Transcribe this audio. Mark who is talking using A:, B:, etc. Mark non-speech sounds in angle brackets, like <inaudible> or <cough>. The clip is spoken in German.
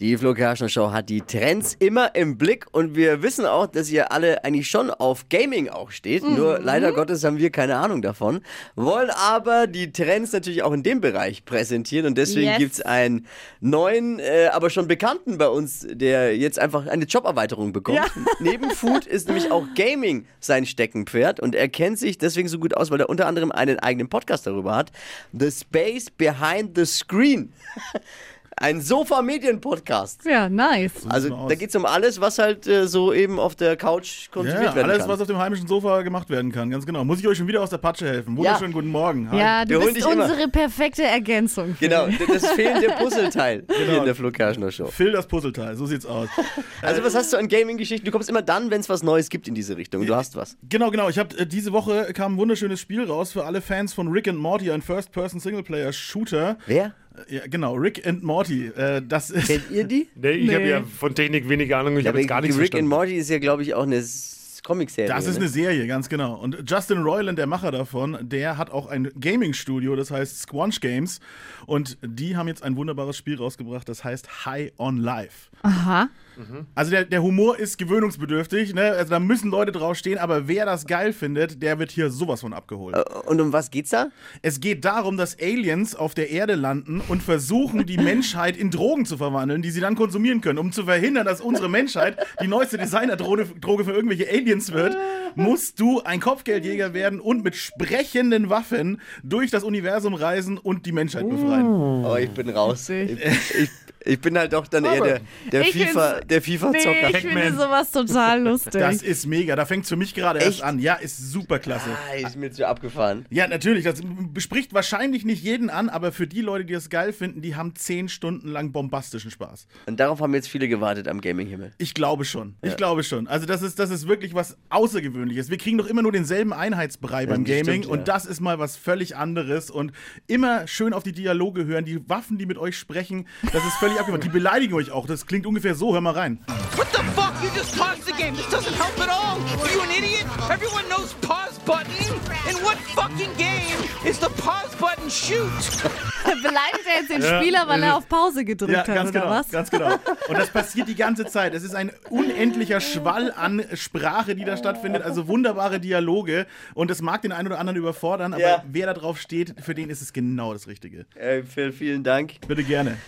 A: Die Flo Kerschner Show hat die Trends immer im Blick und wir wissen auch, dass ihr alle eigentlich schon auf Gaming auch steht. Nur leider Gottes haben wir keine Ahnung davon. Wollen aber die Trends natürlich auch in dem Bereich präsentieren und deswegen
B: Yes.
A: gibt's einen neuen, äh, aber schon bekannten bei uns, der jetzt einfach eine Joberweiterung bekommt. <laughs> Neben Food ist nämlich auch Gaming sein Steckenpferd und er kennt sich deswegen so gut aus, weil er unter anderem einen eigenen Podcast darüber hat. The Space Behind the Screen. Ein Sofa-Medien-Podcast.
B: Ja, nice.
A: Also
C: mal aus.
A: da geht es um alles, was halt äh, so eben auf der Couch
C: Ja,
A: konsumiert
C: ja,
A: werden
C: alles,
A: kann.
C: was auf dem heimischen Sofa gemacht werden kann, ganz genau. Muss ich euch schon wieder aus der Patsche helfen? Wunderschönen guten Morgen. Hi.
B: Ja, du
A: wir holen
B: bist
A: dich immer.
B: unsere perfekte Ergänzung.
C: <laughs>
A: genau, d- das fehlende Puzzleteil hier
C: Genau.
A: in der Flo Kerschner Show.
C: Phil das Puzzleteil, so
A: <laughs>
C: sieht's aus.
A: Also was hast du an Gaming-Geschichten? Du kommst immer dann, wenn es was Neues gibt in diese Richtung. und Du hast was.
C: Genau, genau. Ich habe äh, diese Woche kam ein wunderschönes Spiel raus für alle Fans von Rick and Morty, ein First-Person-Singleplayer-Shooter.
A: Wer?
C: Äh, Ja, genau, Rick and Morty. Äh, das ist
A: Kennt ihr
C: <laughs>
A: die?
D: Nee, ich
B: Nee.
D: habe ja von Technik wenig Ahnung, ich habe jetzt gar
A: Rick
D: nichts
A: and
D: verstanden.
A: Morty ist ja, glaube ich, auch eine S- Comicserie.
C: Das ist
A: ne?
C: eine Serie, ganz genau. Und Justin Roiland, der Macher davon, der hat auch ein Gaming-Studio, das heißt Squanch Games. Und die haben jetzt ein wunderbares Spiel rausgebracht, das heißt High on Life.
B: Aha.
C: Also der, der Humor ist gewöhnungsbedürftig, ne? Also da müssen Leute draufstehen, aber wer das geil findet, der wird hier sowas von abgeholt.
A: Und um was geht's da?
C: Es geht darum, dass Aliens auf der Erde landen und versuchen, die Menschheit in Drogen zu verwandeln, die sie dann konsumieren können. Um zu verhindern, dass unsere Menschheit die neueste Designer-Droge Droge für irgendwelche Aliens wird, musst du ein Kopfgeldjäger werden und mit sprechenden Waffen durch das Universum reisen und die Menschheit befreien.
A: Oh, ich bin raus. Ich,
B: Witzig.
A: ich, ich bin halt doch dann eher der, der
B: Ich
A: FIFA-Zocker.
B: find's-
A: Der FIFA
B: Nee, ich
A: -Zocker.
B: finde
D: Pac-Man.
B: sowas total lustig.
C: Das ist mega. Da fängt's für mich gerade
A: Echt?
C: erst an. Ja, ist super klasse.
A: ah, ich bin jetzt wieder abgefahren.
C: Ja, natürlich. Das bespricht wahrscheinlich nicht jeden an, aber für die Leute, die das geil finden, die haben zehn Stunden lang bombastischen Spaß.
A: Und darauf haben jetzt viele gewartet am Gaming-Himmel.
C: Ich glaube schon. Ich glaube schon. Also das ist, das ist wirklich was Außergewöhnliches. Wir kriegen doch immer nur denselben Einheitsbrei beim
A: das
C: Gaming
A: stimmt, ja.
C: und das ist mal was völlig anderes und immer schön auf die Dialoge hören, die Waffen, die mit euch sprechen, das ist völlig abgefahren. Die beleidigen euch auch. Das klingt ungefähr so. Hör mal rein.
E: What the fuck? You just paused the game. This doesn't help at all. Are you an idiot? Everyone knows pause button. In what fucking game is the pause button shoot?
B: Beleidigt er jetzt den
D: Ja.
B: Spieler, weil er auf Pause gedrückt
C: Ja,
B: hat,
C: ganz
B: oder
C: genau,
B: was? <laughs>
C: ganz genau. Und das passiert die ganze Zeit. Es ist ein unendlicher Schwall an Sprache, die da stattfindet. Also wunderbare Dialoge. Und es mag den einen oder anderen überfordern, aber
A: Ja.
C: wer da drauf steht, für den ist es genau das Richtige.
A: Äh, Phil, vielen Dank.
C: Bitte gerne.